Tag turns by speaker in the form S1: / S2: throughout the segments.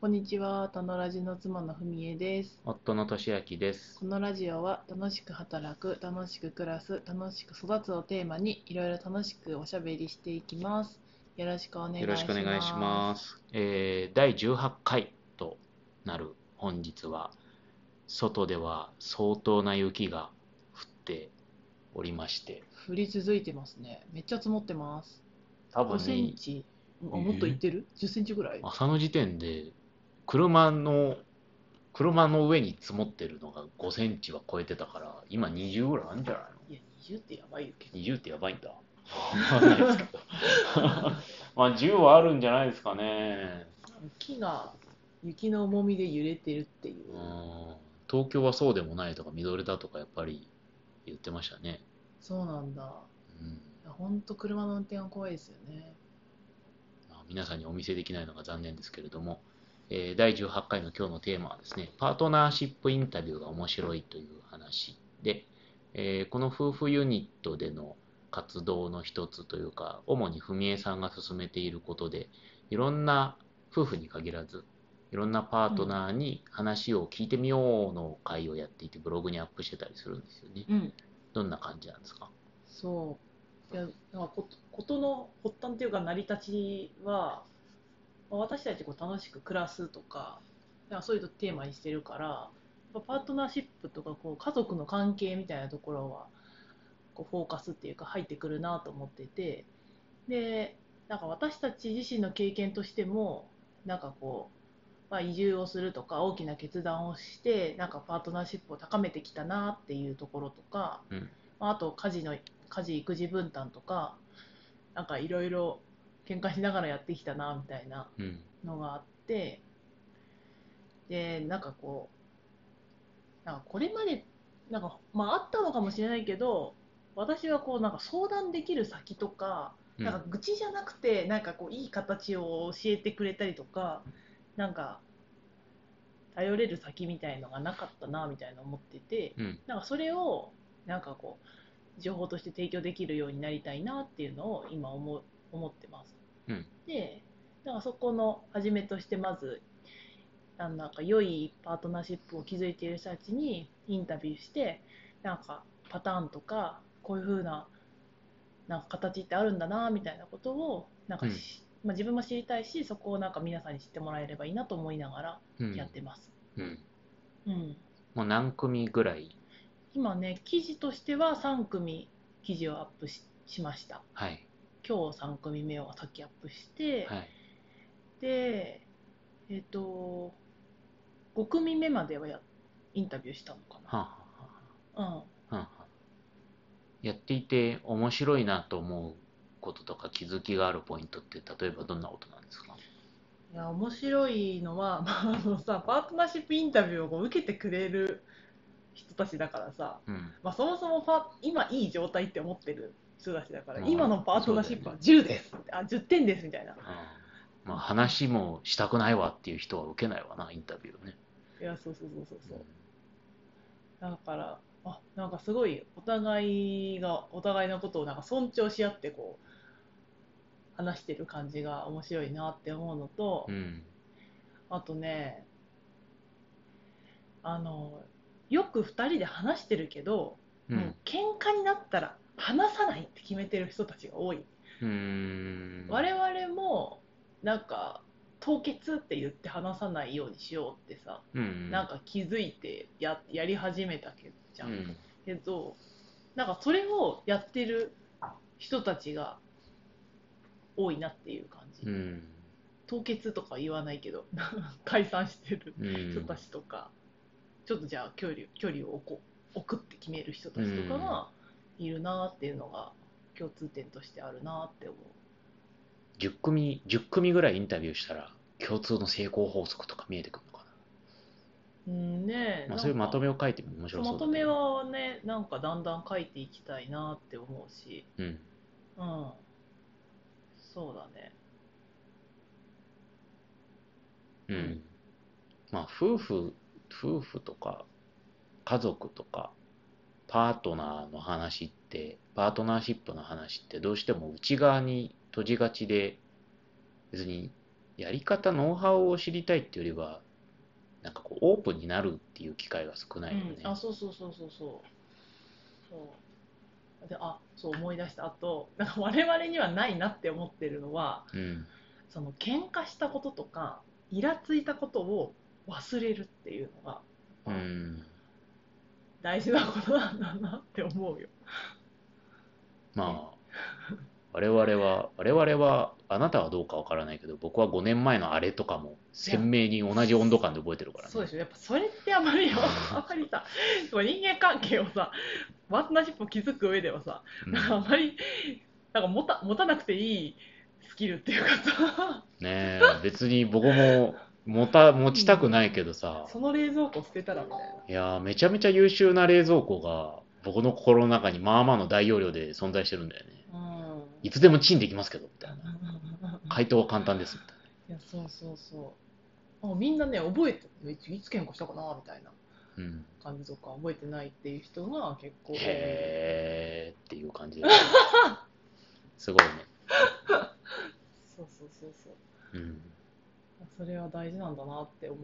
S1: こんにちは、たのラジの妻のふみえです。
S2: 夫の俊明です
S1: こ。のラジオは楽しく働く、楽しく暮らす、楽しく育つをテーマにいろいろ楽しくおしゃべりしていきます。よろしくお願いします。
S2: よろしくお願いします。えー第18回となる本日は、外では相当な雪が降っておりまして、
S1: 降り続いてますね。めっちゃ積もってます。
S2: 多分
S1: 5セ
S2: ね
S1: ン、チ、あもっといってる ?10 センチぐらい
S2: 朝の時点で、車の、車の上に積もってるのが5センチは超えてたから、今20ぐらいあるんじゃな
S1: い
S2: い
S1: や、20ってやばいよけ
S2: の
S1: ど。
S2: ?20 ってやばいんだ。わかんないですけど。 まあ10はあるんじゃないですかね。
S1: 木が雪の重みで揺れてるっていう。
S2: うん東京はそうでもないとか、ミドルだとか、やっぱり言ってましたね。
S1: そうなんだ。
S2: うん
S1: いやほんと車の運転は怖いですよね。
S2: まあ皆さんにお見せできないのが残念ですけれども、えー第18回の今日のテーマはですね、パートナーシップインタビューが面白いという話で、えーこの夫婦ユニットでの活動の一つというか、主に文江さんが進めていることで、いろんな夫婦に限らず、いろんなパートナーに話を聞いてみようの会をやっていて、ブログにアップしてたりするんですよね。
S1: うん。
S2: どんな感じなんですか
S1: そう。いや、なんかこと、ことの発端っていうか、成り立ちは、まあ私たちこう楽しく暮らすとか、なんかそういうのテーマにしてるから、まあパートナーシップとか、こう、家族の関係みたいなところは、こう、フォーカスっていうか、入ってくるなと思ってて、で、なんか私たち自身の経験としても、なんかこう、まあ、移住をするとか、大きな決断をして、なんかパートナーシップを高めてきたなっていうところとか、
S2: うん
S1: まあ、あと家事の家事育児分担とかなんかいろいろ喧嘩しながらやってきたなみたいな
S2: うん。
S1: のがあってでなんかこうなんかこれまでなんかまああったのかもしれないけど私はこうなんか相談できる先とか
S2: うん
S1: なんか愚痴じゃなくてなんかこういい形を教えてくれたりとかなんか頼れる先みたいのがなかったなみたいな思ってて
S2: うん
S1: なんかそれをなんかこう情報として提供できるようになりたいなっていうのを今思う思ってます。
S2: うん
S1: でなんかそこの始めとしてまずあのなんか良いパートナーシップを築いている人たちにインタビューしてなんかパターンとかこういう風ななんか形ってあるんだなみたいなことをなんかしまあ、自分も知りたいしそこをなんか皆さんに知ってもらえればいいなと思いながら
S2: うん
S1: やってます。
S2: うん
S1: うん
S2: もう何組ぐらい
S1: 今ね記事としては3組記事をアップししました
S2: はい
S1: 今日3組目をさっきアップして、
S2: はい
S1: でえっ、と5組目まではやインタビューしたのかなう
S2: はんはん
S1: ん
S2: はんはんはんやっていて面白いなと思うこととか気づきがあるポイントって例えばどんなことなんですか
S1: いや面白いのは、 まあ、あのさパートナーシップインタビューをこう受けてくれる人たちだからさ、
S2: うん
S1: まあ、そもそもパ今いい状態って思ってる人たちだから、
S2: まあ
S1: 今のパートナーシップは10です、あ10点ですみたいな
S2: あーまあ話もしたくないわっていう人は受けないわなインタビューね
S1: いやそうそうそうそうそうだからあなんかすごいお互いがお互いのことをなんか尊重し合ってこう話してる感じが面白いなって思うのと、
S2: うん
S1: あとねあのよく2人で話してるけど、
S2: うん
S1: もう喧嘩になったら話さないって決めてる人たちが多い、
S2: うーん
S1: 我々もなんか凍結って言って話さないようにしようってさ、
S2: うん
S1: なんか気づいてややり始めたけどじゃ
S2: うんん
S1: けどなんかそれをやってる人たちが多いなっていう感じ、
S2: うん
S1: 凍結とか言わないけど 解散してる
S2: うん
S1: 人たちとか、ちょっとじゃあ距離距離を置こう置くって決める人たちとかがいるなっていうのが共通点としてあるなって思う
S2: 10組10組ぐらいインタビューしたら共通の成功法則とか見えてくるのかな。
S1: うんねえ
S2: まあ、そういうまと
S1: め
S2: めを書いても面白そう
S1: ま
S2: だ
S1: と
S2: ね
S1: めはねなんかだんだん書いていきたいなって思うし
S2: うん
S1: うんそうだね
S2: うん
S1: うん
S2: まあ夫婦夫婦とか家族とかパートナーの話ってパートナーシップの話ってどうしても内側に閉じがちで別にやり方ノウハウを知りたいっていうよりはなんかこうオープンになるっていう機会が少ないよね、
S1: うん、あそうそうそうそうそうそうであそう思い出したあとなんか我々にはないなって思ってるのは
S2: うん
S1: その喧嘩したこととかイラついたことを忘れるっていうのが
S2: うん
S1: 大事なことなんだなって思うよ
S2: まあ我々は我々はあなたはどうかわからないけど僕は5年前のあれとかも鮮明に同じ温度感で覚えてるからね
S1: そうでしょやっぱそれってあまりよあまり さ人間関係をさパートナーシップを築く上ではさ
S2: うん
S1: なんかあまりなんか持た持たなくていいスキルっていうかさ
S2: ねえ別に僕も持た持ちたくないけどさ
S1: その冷蔵庫捨てたらみたい
S2: いやーめちゃめちゃ優秀な冷蔵庫が僕の心の中にまあまあの大容量で存在してるんだよね
S1: な。うん
S2: いつでもチンできますけどみたいな回答は簡単ですみたいない
S1: やそうそうそうあみんなね覚えてるいついつ喧嘩したかなみたいな
S2: うん、
S1: 感じとか覚えてないっていう人が結構多い
S2: へーっていう 感じですすごいね、
S1: そうそうそうそう
S2: うん
S1: それは大事なんだなって思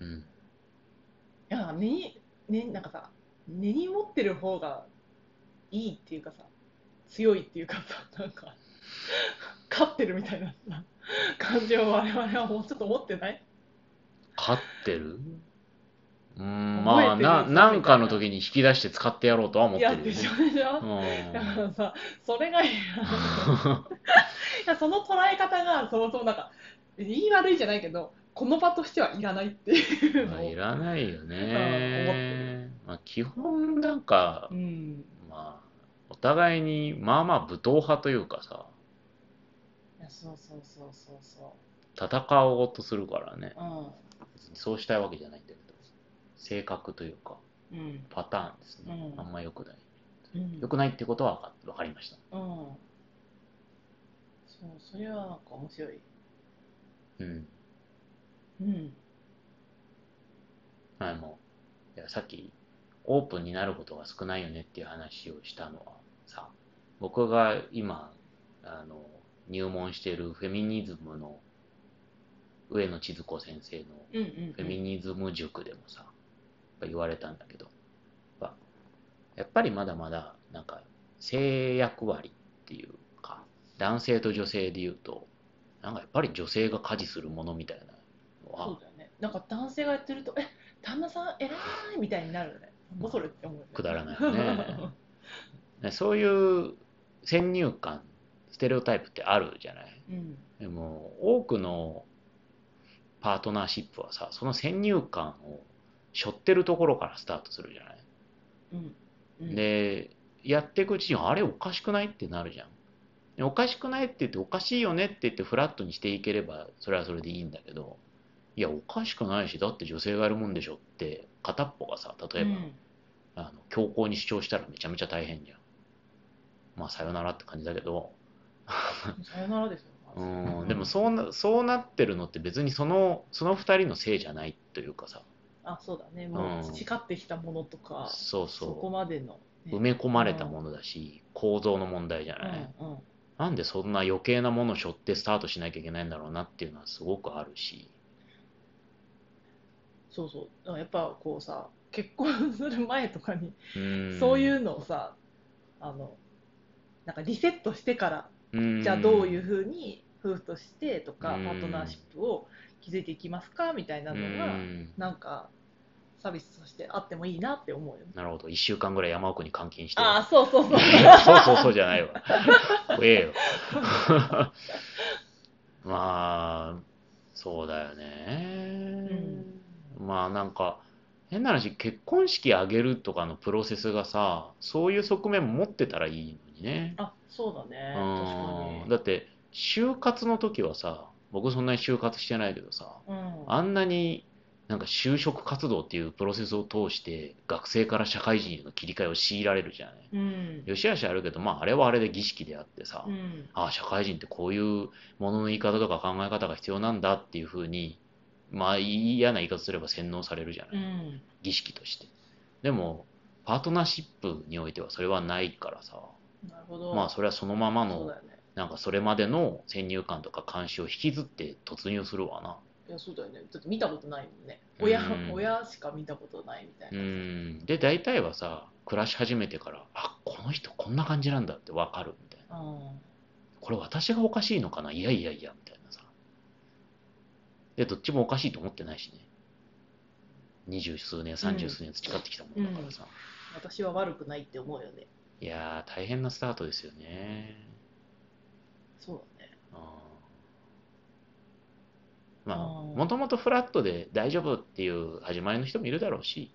S1: う
S2: うん、
S1: いや根に、ね、なんかさ根に持ってる方がいいっていうかさ強いっていうかさ なんか勝ってるみたいなさ感じを我々はもうちょっと持ってない
S2: 勝ってるうーん
S1: 覚え
S2: まあ
S1: てるぞ
S2: な
S1: みたいな
S2: なんかの時に引き出して使ってやろうとは思っ
S1: い
S2: てる
S1: や
S2: よ
S1: で
S2: ね
S1: しょ でしょ、
S2: うん
S1: だからさそれがいやいやその捉え方がそもそもなんか言い悪いじゃないけどこの場としてはいらないっていう
S2: まあ
S1: のを
S2: いらないよ
S1: うん思って
S2: ね、まあ、基本なんか
S1: う、ん
S2: まあ、お互いにまあまあ武闘派というかさ
S1: いやそうそうそうそうそ
S2: 戦おうとするからね
S1: う
S2: 別にそうしたいわけじゃないんだけど性格というか
S1: うんうん
S2: パターンですね、
S1: うん
S2: あんま良くない
S1: うん
S2: 良くないってことは分か分かりました
S1: うんそうそれはなんか面白い
S2: うん
S1: うん
S2: あのいやさっきオープンになることが少ないよねっていう話をしたのはさ僕が今あの入門しているフェミニズムの上野千鶴子先生の
S1: うんうん
S2: フェミニズム塾でもさやっぱ言われたんだけどやっぱやっぱりまだまだなんか性役割っていうか男性と女性で言うとなんかやっぱり女性が家事するものみたいなの
S1: そう
S2: は
S1: だよねなんか男性がやってるとえ旦那さん偉いみたいになるよねもうそれって思うよね
S2: くだらないよねねそういう先入観ステレオタイプってあるじゃない
S1: うん
S2: でも多くのパートナーシップはさその先入観を背負ってるところからスタートするじゃない
S1: うんうん
S2: でやっていくうちにあれおかしくないってなるじゃんでおかしくないって言っておかしいよねって言ってフラットにしていければそれはそれでいいんだけどいやおかしくないしだって女性がやるもんでしょって片っぽがさ例えば、
S1: うん
S2: あの強硬に主張したらめちゃめちゃ大変じゃんまあさよならって感じだけど
S1: さよならですよ
S2: う
S1: ま
S2: ん
S1: ず
S2: でもそうなそうなってるのって別にそのその2人のせいじゃないというかさ
S1: あそうだねもう
S2: うん
S1: 培ってきたものとか、
S2: そう
S1: そこ
S2: そ
S1: までの、
S2: う埋め込まれたものだし構造の問題じゃない、
S1: うんうん
S2: なんでそんな余計なものを背負ってスタートしなきゃいけないんだろうなっていうのはすごくあるし、
S1: そうそうだからやっぱこうさ結婚する前とかに
S2: うん
S1: そういうのをさあのなんかリセットしてから
S2: うん
S1: じゃあどういうふうに夫婦としてとかパ
S2: うん
S1: ートナーシップを築いていきますかみたいなの
S2: う
S1: が
S2: ん
S1: なんかサービスとしてあってもいいなって思うよね。
S2: なるほど1週間ぐらい山奥に監禁して
S1: ああそうそう そう。
S2: そうそうそうじゃないわ。怖えよ。 まあ、そうだよね。まあなんか、変な話、結婚式あげるとかのプロセスがさ、そういう側面も持ってたらいいのにね。
S1: あそうだね
S2: うん
S1: 確か
S2: だって、就活の時はさ、僕そんなに就活してないけどさ、
S1: に。うん、
S2: あんなになんか就職活動っていうプロセスを通して、学生から社会人への切り替えを強いられるじゃない。
S1: うん
S2: よしあしあるけど、まあ、あれはあれで儀式であってさ、
S1: うん
S2: ああ、社会人ってこういうものの言い方とか考え方が必要なんだっていうふうに、まあ、嫌な言い方すれば洗脳されるじゃない、
S1: うん
S2: 儀式として。でも、パートナーシップにおいてはそれはないからさ、
S1: なるほど。
S2: まあ、それはそのまま
S1: そうだ
S2: の
S1: よね。
S2: なんかそれまでの先入観とか慣習を引きずって突入するわな。
S1: いやそうだよねだって見たことないもんね親
S2: うん
S1: 親しか見たことないみたいうな、
S2: ん。で、大体はさ、暮らし始めてから、あ、この人こんな感じなんだってわかるみたいな。
S1: あ
S2: これ私がおかしいのかないやいやいや、みたいなさ。で、どっちもおかしいと思ってないしね。二十数年、三十数年培ってきたもんだからさ。
S1: ー私は悪くないって思うよね
S2: いやー、大変なスタートですよね。
S1: そうだね
S2: うんまあ、
S1: うん
S2: もともとフラットで大丈夫っていう始まりの人もいるだろうし、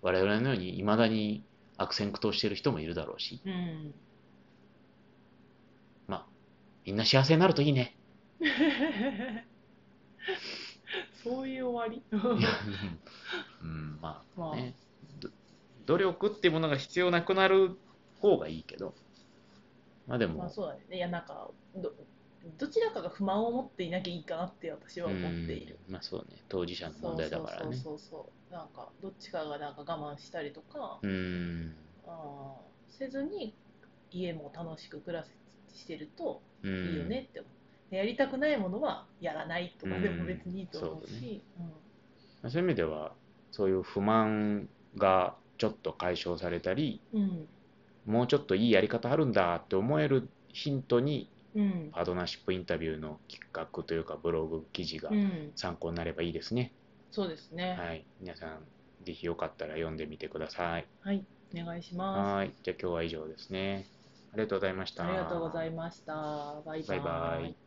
S2: 我々のように未だに悪戦苦闘してる人もいるだろうし、
S1: うん
S2: まあ、みんな幸せになるといいね。
S1: そういう終わ
S2: い
S1: り
S2: やうん、ま
S1: ま
S2: あ
S1: あ、
S2: ね、ど努力っていうものが必要なくなる方がいいけど、まあで
S1: まあ
S2: も、
S1: そうだねいやなんかどどちらかが不満を持っていなきゃいいかなって私は思っている、
S2: うんまあそうね、当事者の問題だからね。
S1: そうそうそうそうなんかどっちかがなんか我慢したりとか、
S2: うん、
S1: あーせずに家も楽しく暮らせしてると
S2: う
S1: い
S2: ん、
S1: いよねって思う、でやりたくないものはやらないとかでも別にいいと思う
S2: うんそうだ
S1: し、うん
S2: まあそういう意味ではそういう不満がちょっと解消されたり
S1: うん
S2: もうちょっといいやり方あるんだって思えるヒントに
S1: うん
S2: パートナーシップインタビューの企画というかブログ記事が
S1: うん
S2: 参考になればいいですね、
S1: そうですね
S2: はい皆さんぜひよかったら読んでみてください
S1: はい、お願いします
S2: はいじゃあ今日は以上ですねありがとうございました
S1: ありがとうございましたバイバ
S2: バイバイ